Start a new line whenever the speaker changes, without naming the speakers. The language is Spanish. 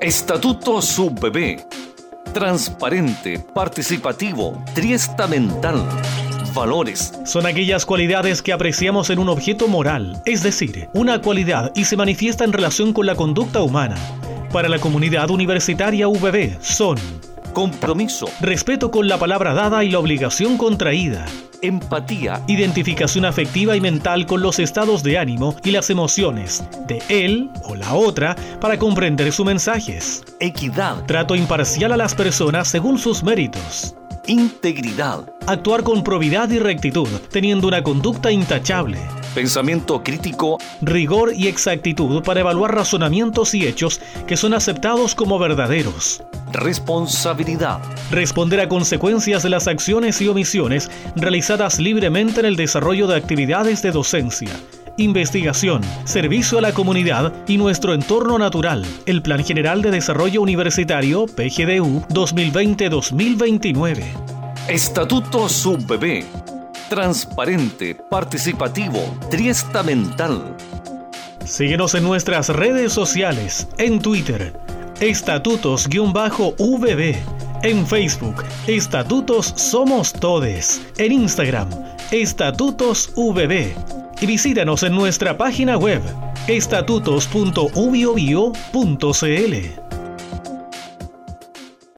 Estatuto SUBB. Transparente, participativo, triestamental. Valores.
Son aquellas cualidades que apreciamos en un objeto moral, es decir, una cualidad y se manifiesta en relación con la conducta humana. Para la comunidad universitaria UBB son
Compromiso.
respeto con la palabra dada y la obligación contraída,
Empatía.
identificación afectiva y mental con los estados de ánimo y las emociones de él o la otra para comprender sus mensajes,
Equidad.
trato imparcial a las personas según sus méritos,
Integridad.
actuar con probidad y rectitud, teniendo una conducta intachable,
Pensamiento crítico.
rigor y exactitud para evaluar razonamientos y hechos que son aceptados como verdaderos,
Responsabilidad.
responder a consecuencias de las acciones y omisiones realizadas libremente en el desarrollo de actividades de docencia, investigación, servicio a la comunidad y nuestro entorno natural. El Plan General de Desarrollo Universitario PGDU 2020-2029.
Estatuto SUBB. Transparente, participativo, triestamental.
Síguenos en nuestras redes sociales, en Twitter, estatutos-vb, en Facebook, Estatutos Somos Todes, en Instagram, Estatutos VB. Y visítanos en nuestra página web, estatutos.ubiobio.cl.